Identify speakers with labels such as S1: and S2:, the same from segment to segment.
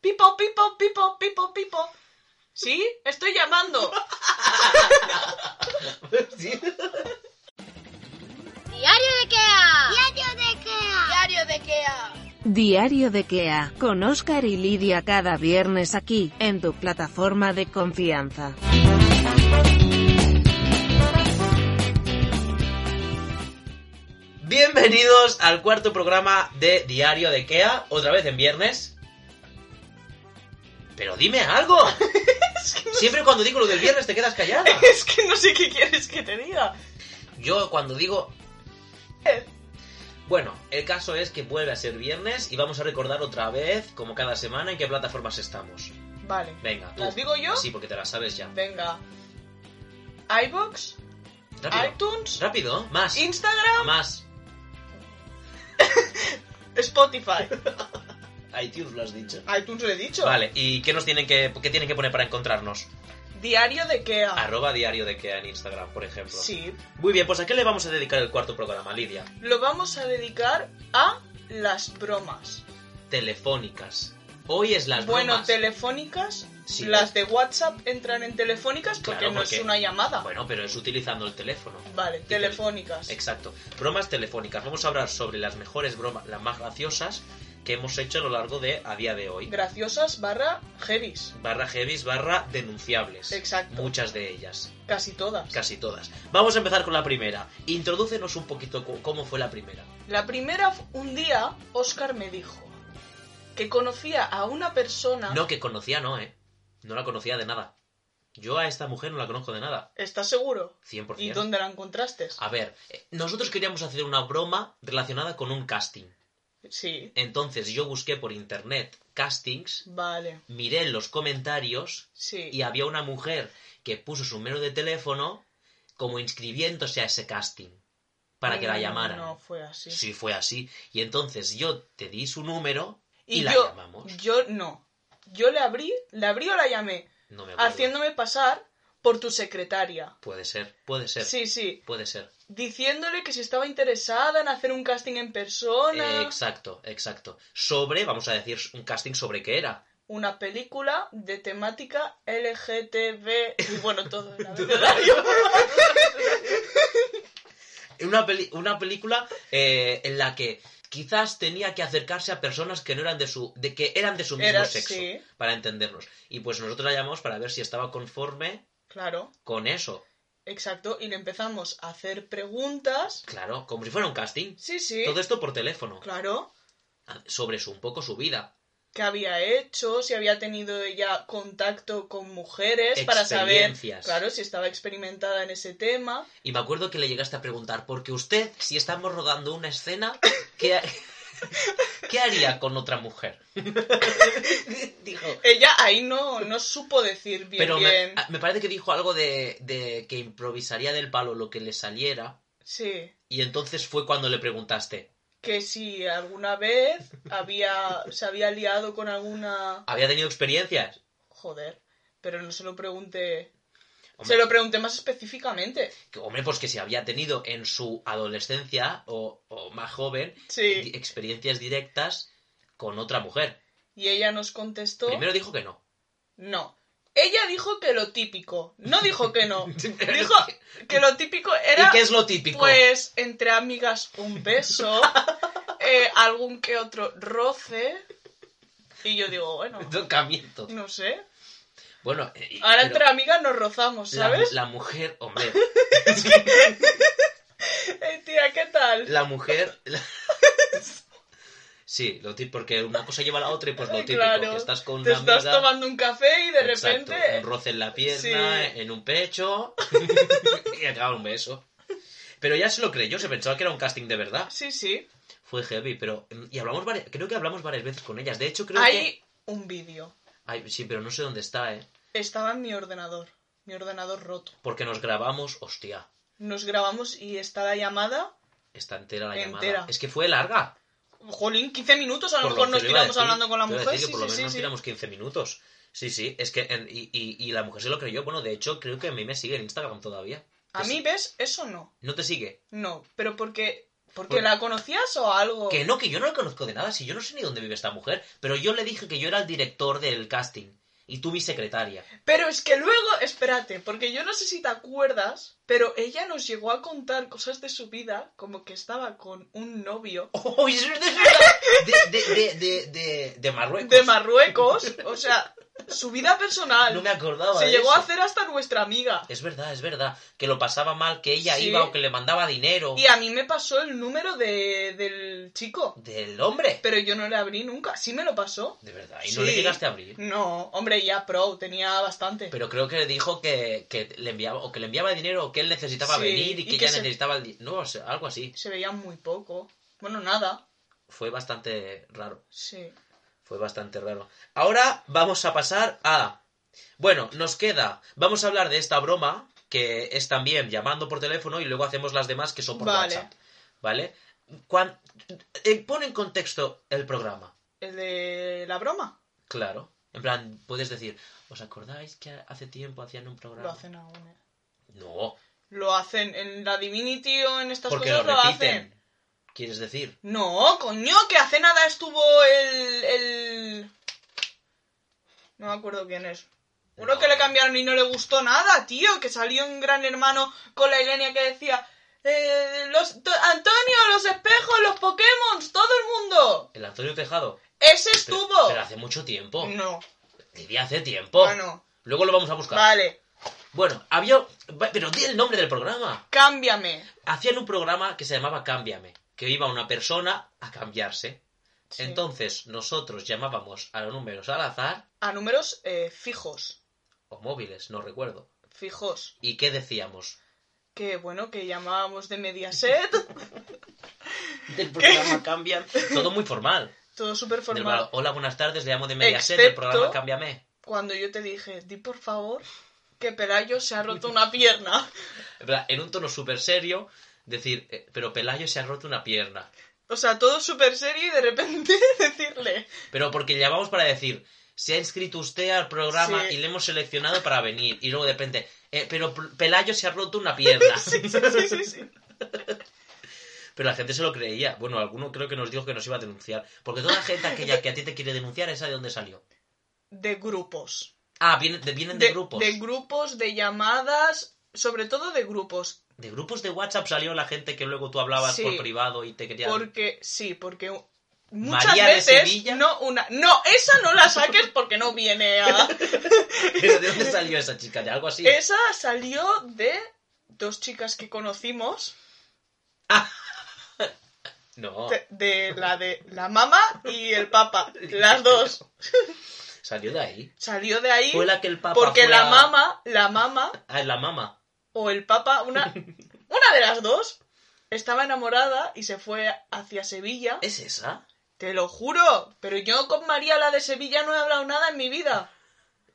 S1: Pipo, pipo, pipo, pipo, pipo. ¿Sí? Estoy llamando.
S2: Diario de Kea.
S3: Diario de Kea.
S2: Diario de Kea.
S4: Diario de Kea, con Oscar y Lidia cada viernes aquí, en tu plataforma de confianza.
S5: Bienvenidos al cuarto programa de Diario de Kea, otra vez en viernes. Pero dime algo. Siempre cuando digo lo del viernes te quedas callada.
S1: Es que no sé qué quieres que te diga. Eh,
S5: Yo cuando digo... Bueno, el caso es que vuelve a ser viernes y vamos a recordar otra vez, como cada semana, en qué plataformas estamos.
S1: Vale.
S5: Venga, tú.
S1: ¿Las digo yo?
S5: Sí, porque te las sabes ya.
S1: Venga. iBox,
S5: Rápido.
S1: iTunes,
S5: Rápido, más.
S1: Instagram,
S5: Más.
S1: Spotify.
S5: iTunes lo has dicho.
S1: iTunes lo he dicho.
S5: Vale, ¿y qué nos tienen que, qué tienen que poner para encontrarnos?
S1: Diario de Kea.
S5: Arroba diario de Kea en Instagram, por ejemplo.
S1: Ah. Sí.
S5: Muy bien, pues ¿a qué le vamos a dedicar el cuarto programa, Lidia?
S1: Lo vamos a dedicar a las bromas.
S5: Telefónicas. Hoy es las
S1: bueno,
S5: bromas.
S1: telefónicas.
S5: Sí.
S1: Las de WhatsApp entran en telefónicas porque
S5: Claro,
S1: no
S5: porque-
S1: es una llamada.
S5: Bueno, pero es utilizando el teléfono.
S1: Vale,
S5: Y
S1: telefónicas.
S5: Exacto. Bromas telefónicas. Vamos a hablar sobre las mejores bromas, las más graciosas que hemos hecho a lo largo de a día de hoy.
S1: Graciosas barra heavies.
S5: barra heavies, barra denunciables.
S1: Exacto.
S5: Muchas de ellas.
S1: Casi todas.
S5: Casi todas. Vamos a empezar con la primera. Introdúcenos un poquito cu- cómo fue la primera.
S1: La primera, f- un día, Oscar me dijo que conocía a una persona.
S5: No, que conocía no, ¿eh? No la conocía de nada. Yo a esta mujer no la conozco de nada.
S1: ¿Estás seguro?
S5: 100%.
S1: ¿Y dónde la encontraste?
S5: A ver, eh, nosotros queríamos hacer una broma relacionada con un casting.
S1: Sí.
S5: Entonces yo busqué por internet castings,
S1: Vale.
S5: miré los comentarios
S1: Sí.
S5: y había una mujer que puso su número de teléfono como inscribiéndose a ese casting para que la
S1: No,
S5: llamaran.
S1: No, fue así.
S5: Sí, fue así. Y entonces yo te di su número y, la
S1: yo,
S5: llamamos.
S1: Yo no. Yo le abrí, le abrí o la llamé,
S5: No me acuerdo.
S1: haciéndome pasar por tu secretaria.
S5: Puede ser, puede ser.
S1: Sí, sí.
S5: Puede ser.
S1: Diciéndole que si estaba interesada en hacer un casting en persona,
S5: Exacto, exacto. Sobre, vamos a decir, un casting sobre qué era.
S1: una película de temática LGTB y bueno, todo. la verdad.
S5: Una, peli- una película eh, en la que quizás tenía que acercarse a personas que no eran de su de que eran de su mismo
S1: Era-
S5: sexo
S1: sí.
S5: para entendernos y pues nosotros la llamamos para ver si estaba conforme
S1: claro,
S5: con eso
S1: exacto. Y le empezamos a hacer preguntas.
S5: claro como si fuera un casting
S1: Sí, sí.
S5: todo esto por teléfono
S1: Claro.
S5: sobre su un poco su vida
S1: que había hecho, si había tenido ella contacto con mujeres para saber,
S5: Experiencias.
S1: claro, si estaba experimentada en ese tema.
S5: Y me acuerdo que le llegaste a preguntar, porque usted, si estamos rodando una escena, ¿qué, ha- ¿qué haría con otra mujer? Dijo.
S1: Ella ahí no, no supo decir bien
S5: Pero me,
S1: bien.
S5: a- me parece que dijo algo de, de que improvisaría del palo lo que le saliera.
S1: Sí,
S5: Y entonces fue cuando le preguntaste.
S1: que si alguna vez había se había liado con alguna
S5: ¿Había tenido experiencias?
S1: joder, pero no se lo pregunté.
S5: Hombre,
S1: Se lo pregunté más específicamente.
S5: que- hombre, pues que si había tenido en su adolescencia o, o más joven di-
S1: Sí.
S5: experiencias directas con otra mujer.
S1: Y ella nos contestó,
S5: Primero dijo que no.
S1: no. Ella dijo que lo típico, no dijo que no. dijo que lo típico era
S5: ¿Y qué es lo típico?
S1: Pues entre amigas un beso, eh, algún que otro roce. Y yo digo, bueno,
S5: Tocamiento.
S1: no sé.
S5: Bueno, eh, y-
S1: Ahora
S5: pero
S1: entre amigas nos rozamos,
S5: la-
S1: ¿sabes?
S5: La, mujer, hombre,
S1: Eh, tía, ¿qué tal?
S5: la mujer. la- Sí, lo típico, porque una cosa lleva a la otra y pues lo típico,
S1: Claro.
S5: que estás con
S1: Te
S5: una
S1: estás
S5: amiga,
S1: tomando un café y de
S5: exacto,
S1: repente...
S5: un roce en la pierna,
S1: Sí.
S5: en un pecho y acaba un beso. Pero ya se lo creyó, se pensaba que era un casting de verdad.
S1: Sí, sí.
S5: Fue heavy, pero y hablamos varias, creo que hablamos varias veces con ellas. De hecho, creo
S1: Ahí un vídeo.
S5: Ay, sí, pero no sé dónde está, ¿eh?
S1: Estaba en mi ordenador, mi ordenador roto.
S5: Porque nos grabamos, hostia,
S1: Nos grabamos y está la llamada.
S5: está entera la
S1: Entera.
S5: llamada. Es que fue larga.
S1: Jolín, 15 minutos, a lo
S5: Por
S1: mejor nos
S5: que iba a
S1: tiramos
S5: decir,
S1: hablando con la
S5: te iba a
S1: mujer.
S5: decir
S1: sí,
S5: que por lo
S1: sí,
S5: menos
S1: sí,
S5: nos
S1: sí.
S5: tiramos 15 minutos. Sí, sí, es que... en- y, y- y la mujer se lo creyó. Bueno, de hecho, creo que a mí me sigue en Instagram todavía.
S1: A
S5: Que
S1: mí,
S5: sí.
S1: ¿ves? Eso no.
S5: ¿No te sigue?
S1: No, pero porque... ¿Porque
S5: Por-
S1: la conocías o algo?
S5: Que no, que yo no la conozco de nada, si yo no sé ni dónde vive esta mujer, pero yo le dije que yo era el director del casting y tú mi secretaria.
S1: Pero es que luego, espérate, porque yo no sé si te acuerdas, pero ella nos llegó a contar cosas de su vida, como que estaba con un novio
S5: ¡Oh, eso es de verdad! De, de, de, de, de, de Marruecos.
S1: de Marruecos, o sea, su vida personal.
S5: No me acordaba.
S1: Se
S5: de
S1: llegó
S5: eso.
S1: a hacer hasta nuestra amiga.
S5: Es verdad, es verdad. Que lo pasaba mal, que ella
S1: Sí.
S5: iba o que le mandaba dinero.
S1: Y a mí me pasó el número de, del chico,
S5: Del hombre.
S1: pero yo no le abrí nunca, sí me lo pasó.
S5: De verdad, y no le
S1: Sí.
S5: llegaste a abrir.
S1: No, hombre, ya pro, tenía bastante.
S5: Pero creo que le dijo que, que le enviaba o que le enviaba dinero o que él necesitaba
S1: Sí,
S5: venir y
S1: y
S5: que
S1: que
S5: ella
S1: se-
S5: necesitaba el di- No, o sea, algo así.
S1: Se veía muy poco. Bueno, nada.
S5: Fue bastante raro.
S1: Sí.
S5: Fue bastante raro. Ahora vamos a pasar a... Bueno, nos queda... Vamos a hablar de esta broma, que es también llamando por teléfono y luego hacemos las demás que son por
S1: Vale.
S5: WhatsApp. ¿Vale? Cuan- eh, Pon en contexto el programa.
S1: El de la broma.
S5: Claro. En plan, puedes decir, ¿os acordáis que hace tiempo hacían un programa?
S1: Lo hacen aún. ¿eh?
S5: No,
S1: Lo hacen en la Divinity o en estas
S5: porque lo
S1: cosas lo,
S5: repiten.
S1: hacen.
S5: ¿Quieres decir?
S1: No, coño, que hace nada estuvo el. el... No me acuerdo quién es. Uno
S5: No.
S1: que le cambiaron y no le gustó nada, tío. Que salió en Gran Hermano con la Ilenia que decía: eh, los, to- Antonio, los espejos, los Pokémon, todo el mundo.
S5: El Antonio Tejado.
S1: Ese
S5: Pero-
S1: estuvo.
S5: Pero hace mucho tiempo.
S1: No.
S5: Diría hace tiempo.
S1: Bueno,
S5: Luego lo vamos a buscar.
S1: vale.
S5: Bueno, había... va- Pero di el nombre del programa.
S1: Cámbiame.
S5: Hacían un programa que se llamaba Cámbiame, que iba una persona a cambiarse.
S1: Sí.
S5: Entonces nosotros llamábamos a los números al azar
S1: A números eh, fijos.
S5: o móviles, no recuerdo.
S1: Fijos.
S5: ¿Y qué decíamos?
S1: que bueno, que llamábamos de Mediaset,
S5: Del programa Cámbiame. Todo muy formal.
S1: todo súper
S5: Del
S1: formal.
S5: palo, Hola, buenas tardes, le llamo de Mediaset del
S1: Excepto-
S5: programa Cámbiame.
S1: Cuando yo te dije, di por favor que Pelayo se ha roto una pierna.
S5: En plan, En un tono súper serio, decir, eh, pero Pelayo se ha roto una pierna.
S1: O sea, todo súper serio y de repente decirle,
S5: Pero porque llamamos para decir, se ha inscrito usted al programa
S1: Sí.
S5: y le hemos seleccionado para venir. Y luego de repente, "Eh, pero P- Pelayo se ha roto una pierna.
S1: sí, sí, sí, sí, sí.
S5: Pero la gente se lo creía. Bueno, alguno creo que nos dijo que nos iba a denunciar. Porque toda la gente aquella que a ti te quiere denunciar, ¿esa de dónde salió?
S1: De grupos.
S5: Ah, vienen de, vienen de, grupos.
S1: De
S5: De...
S1: grupos, de llamadas, sobre todo de grupos.
S5: grupos de WhatsApp salió la gente que luego tú hablabas
S1: Sí.
S5: por privado y te quería...
S1: Porque, sí, porque muchas
S5: María de
S1: veces...
S5: Sevilla.
S1: No, una... No, esa no la saques porque no viene a...
S5: ¿Pero de dónde salió esa chica? ¿De algo así?
S1: Esa salió de dos chicas que conocimos.
S5: No,
S1: de, de la de la mamá y el papa, las dos.
S5: salió de ahí.
S1: Salió de ahí
S5: Fue la que el papa
S1: porque
S5: fue
S1: la
S5: a-
S1: mamá, la mamá
S5: Ah, la mama.
S1: o el papa, una una de las dos estaba enamorada y se fue hacia Sevilla.
S5: ¿Es esa?
S1: Te lo juro, pero yo con María la de Sevilla no he hablado nada en mi vida.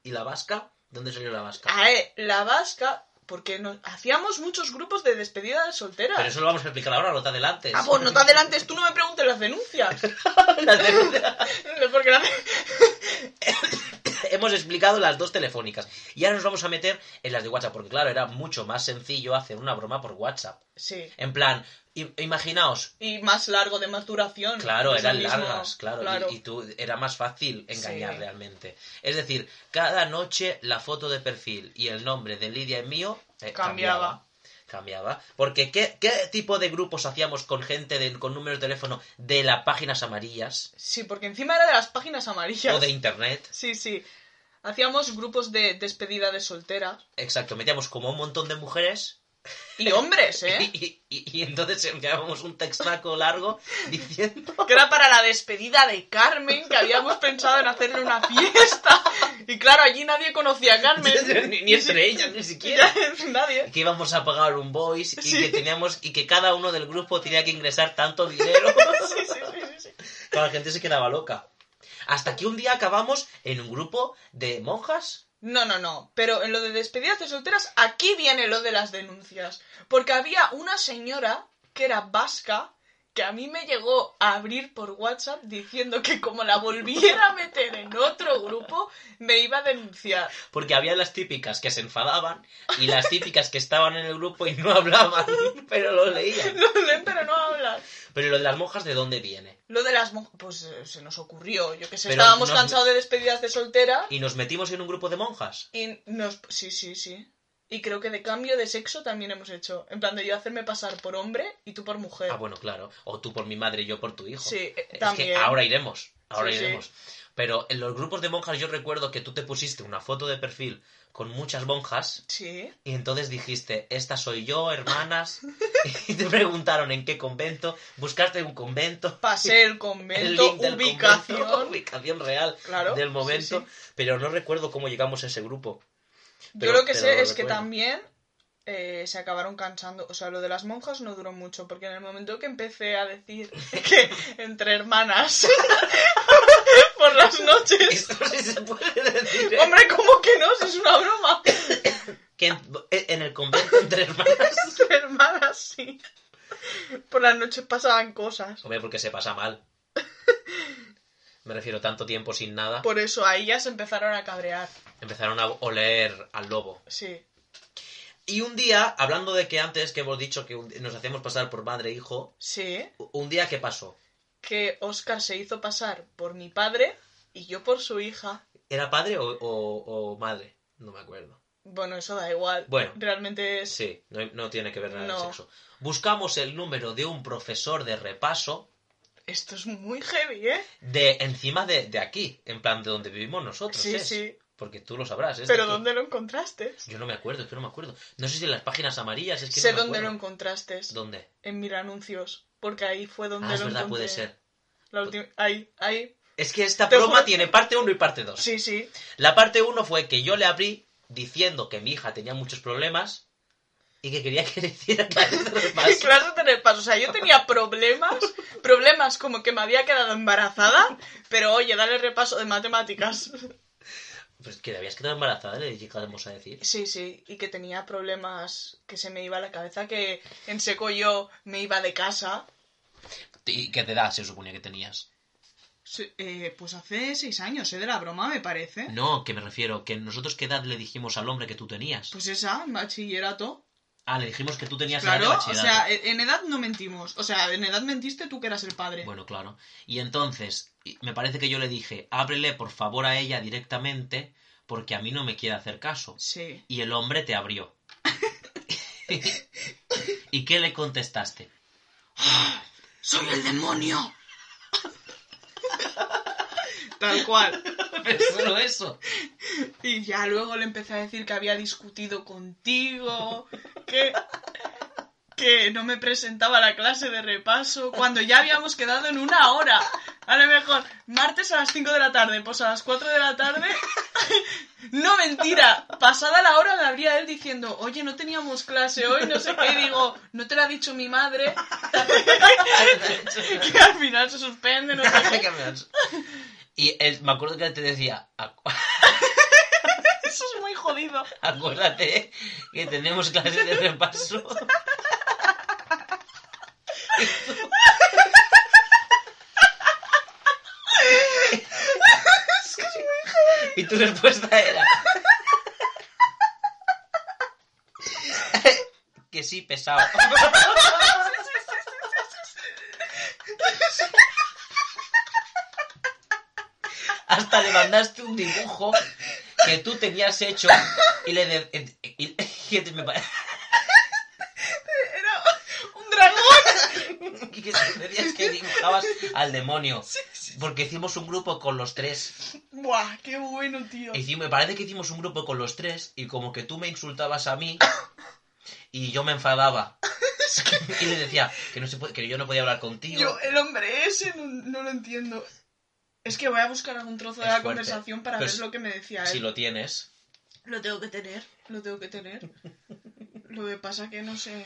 S5: ¿Y la vasca? ¿Dónde salió la vasca?
S1: Ah, eh, la vasca, porque nos hacíamos muchos grupos de despedida de soltera.
S5: Pero eso lo vamos a explicar ahora, no te adelantes.
S1: Ah, pues no te adelantes, tú no me preguntes las denuncias.
S5: Las de-
S1: Porque la-
S5: Hemos explicado las dos telefónicas. Y ahora nos vamos a meter en las de WhatsApp, porque claro, era mucho más sencillo hacer una broma por WhatsApp.
S1: Sí.
S5: En plan, i- imaginaos,
S1: Y más largo, de más duración.
S5: claro,
S1: Mm, Es el
S5: eran
S1: mismo-
S5: largas, claro, y- Y, tú era más fácil engañar
S1: Sí.
S5: realmente. Es decir, cada noche la foto de perfil y el nombre de Lidia y mío eh, cambiaba.
S1: Cambiaba.
S5: Cambiaba. Porque ¿qué, ¿qué tipo de grupos hacíamos con gente de- con números de teléfono de las páginas amarillas?
S1: Sí, porque encima era de las páginas amarillas.
S5: O de internet.
S1: Sí, sí. Hacíamos grupos de despedida de soltera.
S5: Exacto, metíamos como un montón de mujeres
S1: Y hombres, ¿eh?
S5: y, y- y entonces enviábamos un textaco largo diciendo...
S1: Que era para la despedida de Carmen, que habíamos pensado en hacerle una fiesta. Y claro, allí nadie conocía a Carmen.
S5: ni, ni entre ellas, ni siquiera.
S1: Ya, nadie.
S5: Que íbamos a pagar un voice y
S1: Sí.
S5: que teníamos y que cada uno del grupo tenía que ingresar tanto dinero.
S1: Sí, sí, sí, sí, sí.
S5: Claro, la gente se quedaba loca. Hasta que un día acabamos en un grupo de monjas.
S1: No, no, no. Pero en lo de despedidas de solteras, aquí viene lo de las denuncias. Porque había una señora que era vasca que a mí me llegó a abrir por WhatsApp diciendo que como la volviera a meter en otro grupo, me iba a denunciar.
S5: Porque había las típicas que se enfadaban y las típicas que estaban en el grupo y no hablaban, pero lo leían.
S1: Lo leen pero no hablan.
S5: Pero lo de las monjas, ¿de dónde viene?
S1: Lo de las monjas, pues eh, se nos ocurrió. Yo que sé,
S5: Pero
S1: estábamos
S5: no-
S1: cansados de despedidas de soltera
S5: Y nos metimos en un grupo de monjas.
S1: y nos... Sí, sí, sí. Y creo que de cambio de sexo también hemos hecho. En plan de yo hacerme pasar por hombre y tú por mujer.
S5: Ah, bueno, claro. O tú por mi madre y yo por tu hijo.
S1: Eh, Sí, eh,
S5: Es
S1: también.
S5: que ahora iremos, ahora
S1: Sí, sí.
S5: iremos. Pero en los grupos de monjas yo recuerdo que tú te pusiste una foto de perfil con muchas monjas
S1: Sí.
S5: y entonces dijiste, esta soy yo, hermanas, y te preguntaron en qué convento, buscaste un convento,
S1: Pasé el
S5: el
S1: convento,
S5: link del
S1: ubicación.
S5: convento, ubicación real
S1: Claro,
S5: del
S1: sí,
S5: momento,
S1: sí.
S5: pero no recuerdo cómo llegamos a ese grupo.
S1: Yo
S5: Pero-
S1: lo que
S5: pero
S1: sé
S5: lo
S1: es que
S5: recuerdo.
S1: también eh, se acabaron cansando. O sea, lo de las monjas no duró mucho, porque en el momento que empecé a decir que entre hermanas por las noches.
S5: Esto sí se puede decir. ¿eh?
S1: Hombre, ¿cómo que no? Si es una broma.
S5: Que en, en el convento entre hermanas.
S1: Entre hermanas, sí. Por las noches pasaban cosas.
S5: Hombre, porque se pasa mal. Me refiero tanto tiempo sin nada.
S1: Por eso ahí ya se empezaron a cabrear.
S5: Empezaron a oler al lobo.
S1: Sí.
S5: Y un día, hablando de que antes que hemos dicho que un- nos hacemos pasar por madre e hijo,
S1: Sí.
S5: un día ¿qué pasó?
S1: Que Oscar se hizo pasar por mi padre y yo por su hija.
S5: ¿Era padre o, o- o madre? No me acuerdo.
S1: Bueno, eso da igual.
S5: Bueno.
S1: Realmente es.
S5: Sí, no, no tiene que ver nada
S1: No.
S5: el sexo. Buscamos el número de un profesor de repaso
S1: Esto es muy heavy, ¿eh?
S5: de encima de, de aquí, en plan de donde vivimos nosotros.
S1: Sí,
S5: es.
S1: sí.
S5: Porque tú lo sabrás. es de
S1: Pero
S5: aquí.
S1: ¿dónde lo encontraste?
S5: Yo no me acuerdo, es que no me acuerdo. No sé si en las páginas amarillas, es que
S1: sé
S5: no me
S1: dónde lo
S5: acuerdo.
S1: encontraste.
S5: ¿Dónde?
S1: En Mil Anuncios. Porque ahí fue donde
S5: Ah, es
S1: lo
S5: verdad,
S1: encontré.
S5: puede ser.
S1: La última- Ahí, ahí.
S5: Es que esta
S1: Te
S5: broma
S1: juro-
S5: tiene parte 1 y parte 2.
S1: Sí, sí.
S5: La parte 1 fue que yo le abrí diciendo que mi hija tenía muchos problemas y que quería que le hiciera clases de
S1: Y
S5: repaso.
S1: claro, tener paso. O sea, yo tenía problemas. Problemas como que me había quedado embarazada. Pero oye, dale repaso de matemáticas.
S5: Pues que le habías quedado embarazada, le llegamos a decir.
S1: Sí, sí. Y que tenía problemas que se me iba a la cabeza. Que en seco yo me iba de casa.
S5: ¿Y qué te da se suponía que tenías?
S1: Sí, eh, pues hace seis años, ¿eh? De la broma, me parece.
S5: No, que me refiero, que nosotros qué edad le dijimos al hombre que tú tenías.
S1: Pues esa, en bachillerato.
S5: Ah, le dijimos que tú tenías edad de
S1: Claro, o
S5: bachillerato.
S1: sea, eh, e, en edad no mentimos. O sea, en edad mentiste tú que eras el padre.
S5: Bueno, claro. Y entonces, y- me parece que yo le dije, ábrele por favor a ella directamente porque a mí no me quiere hacer caso.
S1: Sí.
S5: Y el hombre te abrió. ¿Y qué le contestaste?
S1: ¡Soy el demonio! Tal cual.
S5: Solo eso.
S1: Y ya luego le empecé a decir que había discutido contigo, que, que no me presentaba a la clase de repaso, cuando ya habíamos quedado en una hora. A lo mejor, martes a las 5 de la tarde, pues a las 4 de la tarde. No, mentira. Pasada la hora me habría él diciendo, oye, no teníamos clase hoy, no sé qué. Y digo, no te lo ha dicho mi madre, que al final se suspende, no sé qué.
S5: y él- me acuerdo que te decía, "Acu-
S1: Eso es muy jodido.
S5: acuérdate que tenemos clases de repaso. Y tu respuesta era... que sí, pesado. Hasta le mandaste un dibujo que tú tenías hecho y le... de- y- y- y me pare-
S1: Era un dragón.
S5: que decías que dibujabas al demonio. Porque hicimos un grupo con los tres.
S1: Buah, qué bueno, tío.
S5: Hicimos, me parece que hicimos un grupo con los tres y como que tú me insultabas a mí y yo me enfadaba. Y le decía que, no se puede- que yo no podía hablar contigo.
S1: Yo, el hombre ese, no, no lo entiendo. Es que voy a buscar algún trozo de
S5: Es
S1: la
S5: fuerte.
S1: conversación para
S5: Pero
S1: ver
S5: es-
S1: lo que me decía él.
S5: Si lo tienes.
S1: Lo tengo que tener, lo tengo que tener. Lo que pasa que no sé.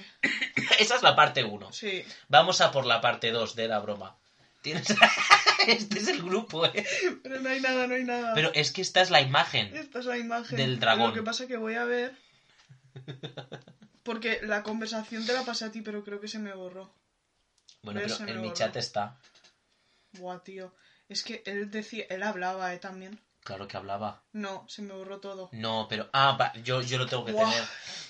S5: Esa es la parte 1.
S1: Sí.
S5: Vamos a por la parte 2 de la broma. Tienes... Este es el grupo, ¿eh?
S1: Pero no hay nada, no hay nada.
S5: Pero es que esta es la imagen.
S1: Esta Ah. es la imagen
S5: del dragón.
S1: Lo que pasa que voy a ver. Porque la conversación te la pasé a ti, pero creo que se me borró.
S5: Bueno,
S1: Pero
S5: pero
S1: se me
S5: en mi
S1: borró.
S5: chat está.
S1: Buah, tío. Es que él decía, él hablaba, eh, también.
S5: Claro que hablaba.
S1: No, se me borró todo.
S5: No, pero. Ah, va, yo, yo lo tengo que
S1: Buah.
S5: tener.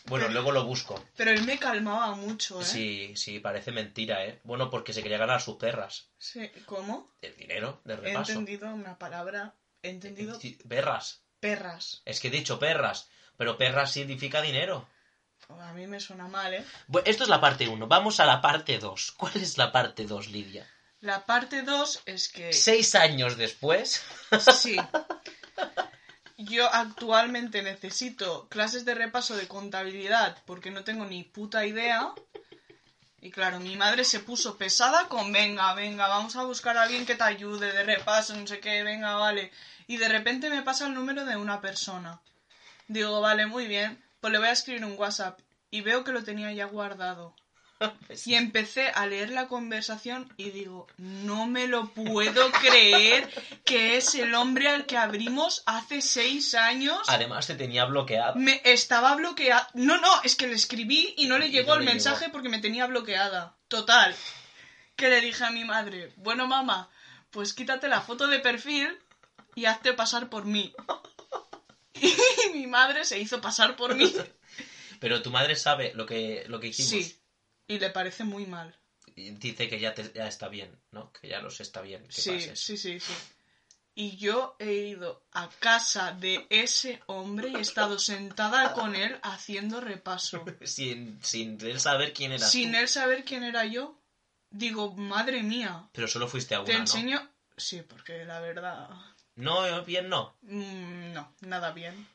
S5: Bueno, luego lo busco.
S1: Pero ¿Eh? él me calmaba mucho, ¿eh?
S5: Sí, sí, parece mentira, ¿eh? Bueno, porque se quería ganar sus perras.
S1: Sí, ¿Cómo?
S5: El dinero de
S1: He
S5: repaso.
S1: entendido una palabra. He entendido
S5: Sí, Perras.
S1: perras.
S5: Es que he dicho perras. Pero perras significa dinero.
S1: A mí me suena mal, ¿eh?
S5: Bueno, esto es la parte 1. Vamos a la parte 2. ¿Cuál es la parte 2, Lidia?
S1: La parte 2 es que...
S5: Seis años después.
S1: Sí. Yo actualmente necesito clases de repaso de contabilidad porque no tengo ni puta idea. Y claro, mi madre se puso pesada con, venga, venga, vamos a buscar a alguien que te ayude de repaso, no sé qué, venga, vale. Y de repente me pasa el número de una persona. Digo, vale, muy bien, pues le voy a escribir un WhatsApp. Y veo que lo tenía ya guardado. Y empecé a leer la conversación y digo, no me lo puedo creer que es el hombre al que abrimos hace seis años.
S5: Además, te tenía bloqueado.
S1: Me estaba bloqueada. No, no, es que le escribí y no le
S5: Y
S1: llegó
S5: no
S1: el
S5: le
S1: mensaje
S5: llegó.
S1: porque me tenía bloqueada. Total. Que le dije a mi madre, bueno mamá, pues quítate la foto de perfil y hazte pasar por mí. Y mi madre se hizo pasar por mí.
S5: Pero tu madre sabe lo que, lo que hicimos.
S1: Sí. Y le parece muy mal.
S5: Y Dice que ya, te- ya está bien, ¿no? Que ya los está bien. Que
S1: Sí,
S5: pases.
S1: sí, sí, sí. Y yo he ido a casa de ese hombre y he estado sentada con él haciendo repaso.
S5: Sin, sin él saber quién era.
S1: Sin él saber quién era yo, digo, madre mía,
S5: Pero solo fuiste a una,
S1: te
S5: ¿no?
S1: enseño... Sí, porque la verdad...
S5: No, eh, bien no.
S1: mm, No, nada bien.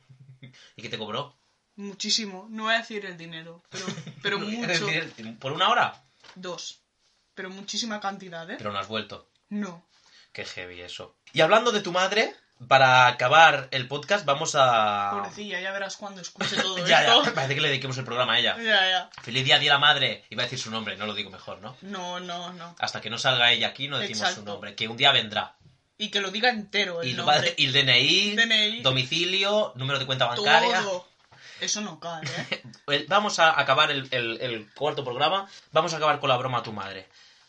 S5: ¿Y qué te cobró?
S1: Muchísimo. No voy a decir el dinero, pero, pero mucho.
S5: ¿Por una hora?
S1: Dos. Pero muchísima cantidad, ¿eh?
S5: Pero no has vuelto.
S1: No.
S5: Qué heavy eso. Y hablando de tu madre, para acabar el podcast vamos a...
S1: Pobrecilla, ya verás cuando escuche todo
S5: Ah. Ya,
S1: esto. Eh.
S5: ya, parece que le dediquemos el programa a ella.
S1: ya, ya.
S5: Feliz día, día de la madre. Iba a decir su nombre, no lo digo mejor, ¿no?
S1: No, no, no.
S5: Hasta que no salga ella aquí no decimos
S1: Exacto.
S5: su nombre, que un día vendrá.
S1: Y que lo diga entero el
S5: Y, lo va a
S1: nombre.
S5: decir- y el DNI,
S1: DNI.
S5: domicilio, número de cuenta bancaria.
S1: Todo. Eso no cae, ¿eh?
S5: El- Vamos a acabar el, el- el cuarto programa. Vamos a acabar con la broma a tu madre.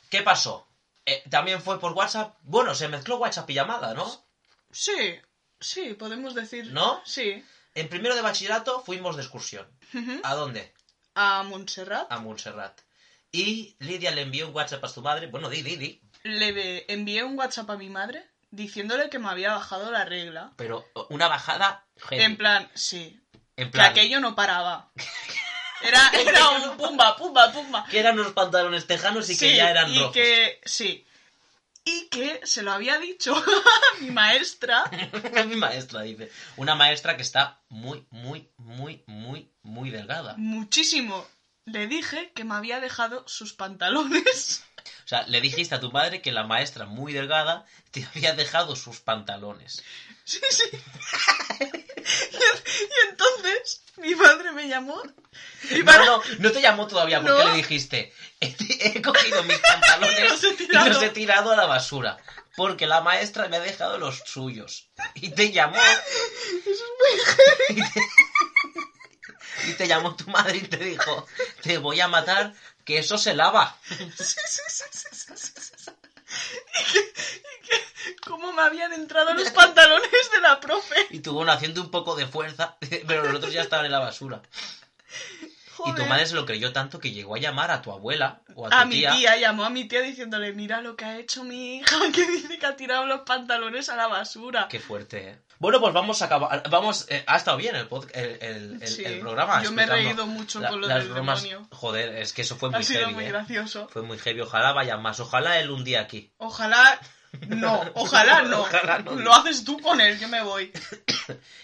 S5: ¿Qué pasó? Eh, También fue por WhatsApp. Bueno, se mezcló WhatsApp y llamada, ¿no?
S1: Sí, sí, podemos decir.
S5: ¿No?
S1: Sí.
S5: En primero de bachillerato fuimos de excursión.
S1: Ujú.
S5: ¿A dónde?
S1: A Montserrat
S5: A Montserrat. Y Lidia le envió un WhatsApp a su madre. Bueno, di, di, di.
S1: le ve- envié un WhatsApp a mi madre diciéndole que me había bajado la regla.
S5: Pero una bajada. heavy.
S1: En plan, sí.
S5: En
S1: Que
S5: Eh. plan,
S1: aquello no paraba. Era, era un pumba, pumba, pumba.
S5: que eran unos pantalones tejanos y Pues que
S1: Sí,
S5: ya eran
S1: y
S5: rojos.
S1: que sí. Y que se lo había dicho a mi maestra.
S5: Mi maestra dice. Una maestra que está muy, muy, muy, muy, muy delgada.
S1: Muchísimo. Le dije que me había dejado sus pantalones.
S5: O sea, le dijiste a tu madre que la maestra muy delgada te había dejado sus pantalones.
S1: Sí, sí. Y, y entonces mi madre me llamó. Y
S5: No,
S1: para...
S5: no, no te llamó todavía porque
S1: No.
S5: le dijiste, he, he cogido mis pantalones
S1: Y los he
S5: y
S1: tirado.
S5: los he tirado a la basura. Porque la maestra me ha dejado los suyos. Y te llamó. Y te, y te llamó tu madre y te dijo, te voy a matar, que eso se lava.
S1: ¿Cómo me habían entrado los pantalones de la profe?
S5: Y tú, bueno, haciendo un poco de fuerza, pero los otros ya estaban en la basura. Y tu
S1: Joder.
S5: madre se lo creyó tanto que llegó a llamar a tu abuela o a tu
S1: A mi tía llamó a mi tía diciéndole, mira lo que ha hecho mi hija, que dice que ha tirado los pantalones a la basura.
S5: Qué fuerte, ¿eh? Bueno, pues vamos a acabar. Vamos, eh, ha estado bien el, pod- el, el- el-
S1: Sí.
S5: el programa.
S1: Yo me he
S5: explicando
S1: reído mucho con lo
S5: las
S1: del demonio.
S5: Joder, es que eso fue
S1: ha
S5: muy
S1: sido
S5: heavy,
S1: muy
S5: ¿eh?
S1: gracioso.
S5: Fue muy heavy. Ojalá vaya más. Ojalá él un día aquí.
S1: Ojalá no, ojalá no.
S5: Ojalá no.
S1: Lo haces tú con él, yo me voy.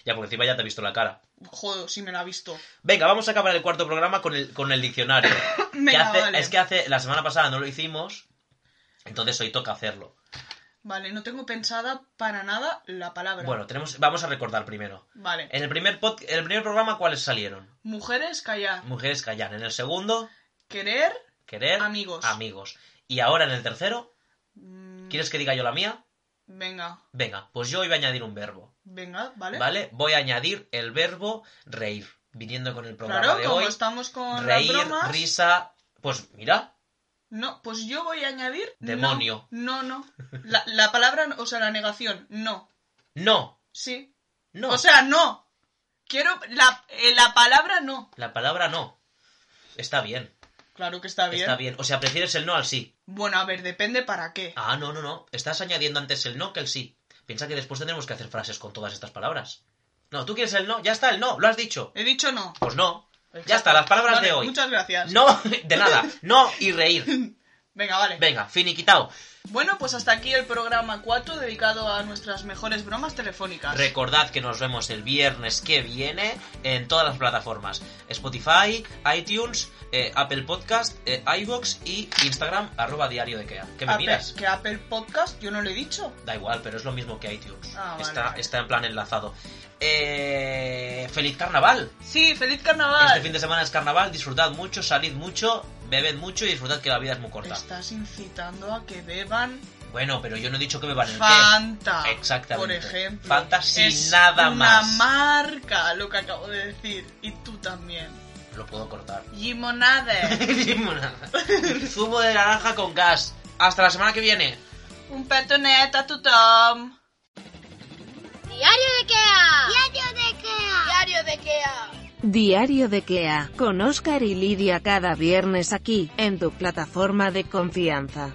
S5: Ya por encima ya te he visto la cara.
S1: Joder, si me la ha visto.
S5: Venga, vamos a acabar el cuarto programa con el, con el diccionario. Que
S1: Venga,
S5: hace-
S1: vale.
S5: Es que hace la semana pasada no lo hicimos, entonces hoy toca hacerlo.
S1: Vale, no tengo pensada para nada la palabra.
S5: Bueno, eh, tenemos, vamos a recordar primero.
S1: Vale.
S5: En el primer, pod- en el primer programa, ¿cuáles salieron?
S1: Mujeres, callar.
S5: Mujeres callan. En el segundo,
S1: Querer,
S5: querer.
S1: Amigos.
S5: Amigos. Y ahora en el tercero,
S1: mm,
S5: ¿quieres que diga yo la mía?
S1: Venga,
S5: Venga, pues yo iba a añadir un verbo.
S1: venga, ¿vale?
S5: ¿Vale? Voy a añadir el verbo reír. Viniendo con el programa
S1: Claro,
S5: de
S1: como
S5: hoy.
S1: estamos con
S5: Reír,
S1: las bromas...
S5: risa. Pues mira,
S1: No, pues yo voy a añadir... no,
S5: Demonio.
S1: No, no. La, la palabra, o sea, la negación, no.
S5: no,
S1: Sí.
S5: no.
S1: O sea, no. Quiero... La, eh, la palabra no.
S5: la palabra no. Está bien,
S1: Claro que está bien.
S5: está bien. O sea, prefieres el no al sí.
S1: Bueno, a ver, depende para qué.
S5: Ah, no, no, no. Estás añadiendo antes el no que el sí. Piensa que después tendremos que hacer frases con todas estas palabras. No, tú quieres el no, ya está el no, lo has dicho.
S1: He dicho no.
S5: Pues no. Ya está, las palabras
S1: Vale,
S5: de hoy.
S1: Muchas gracias.
S5: No, de nada. No y reír.
S1: Venga, vale.
S5: Venga, finiquitao.
S1: Bueno, pues hasta aquí el programa 4 dedicado a nuestras mejores bromas telefónicas.
S5: Recordad que nos vemos el viernes que viene en todas las plataformas: Spotify, iTunes, eh, Apple Podcast, eh, iVoox y Instagram, arroba diario de Ikea. ¿Qué me
S1: Apple-
S5: miras?
S1: Que Apple Podcast yo no lo he dicho.
S5: Da igual, pero es lo mismo que iTunes.
S1: Ah, vale,
S5: está,
S1: vale.
S5: está en plan enlazado. Eh, ¡Feliz carnaval!
S1: Sí, feliz
S5: Este
S1: carnaval.
S5: fin de semana es carnaval, disfrutad mucho, salid mucho, bebed mucho y disfrutad que la vida es muy corta.
S1: Estás incitando a que beban
S5: Bueno, pero yo no he dicho que beban el té.
S1: Fanta.
S5: Exactamente.
S1: Por ejemplo.
S5: Fanta sin
S1: Es
S5: nada más.
S1: Una marca, lo que acabo de decir. Y tú también.
S5: Lo puedo cortar.
S1: Limonade.
S5: Limonada. Zumo de naranja con gas. Hasta la semana que viene.
S1: Un petonet a tu Tom.
S2: Diario de Kea. Diario de Kea. Diario de Kea.
S4: Diario de Kea, con Oscar y Lidia cada viernes aquí, en tu plataforma de confianza.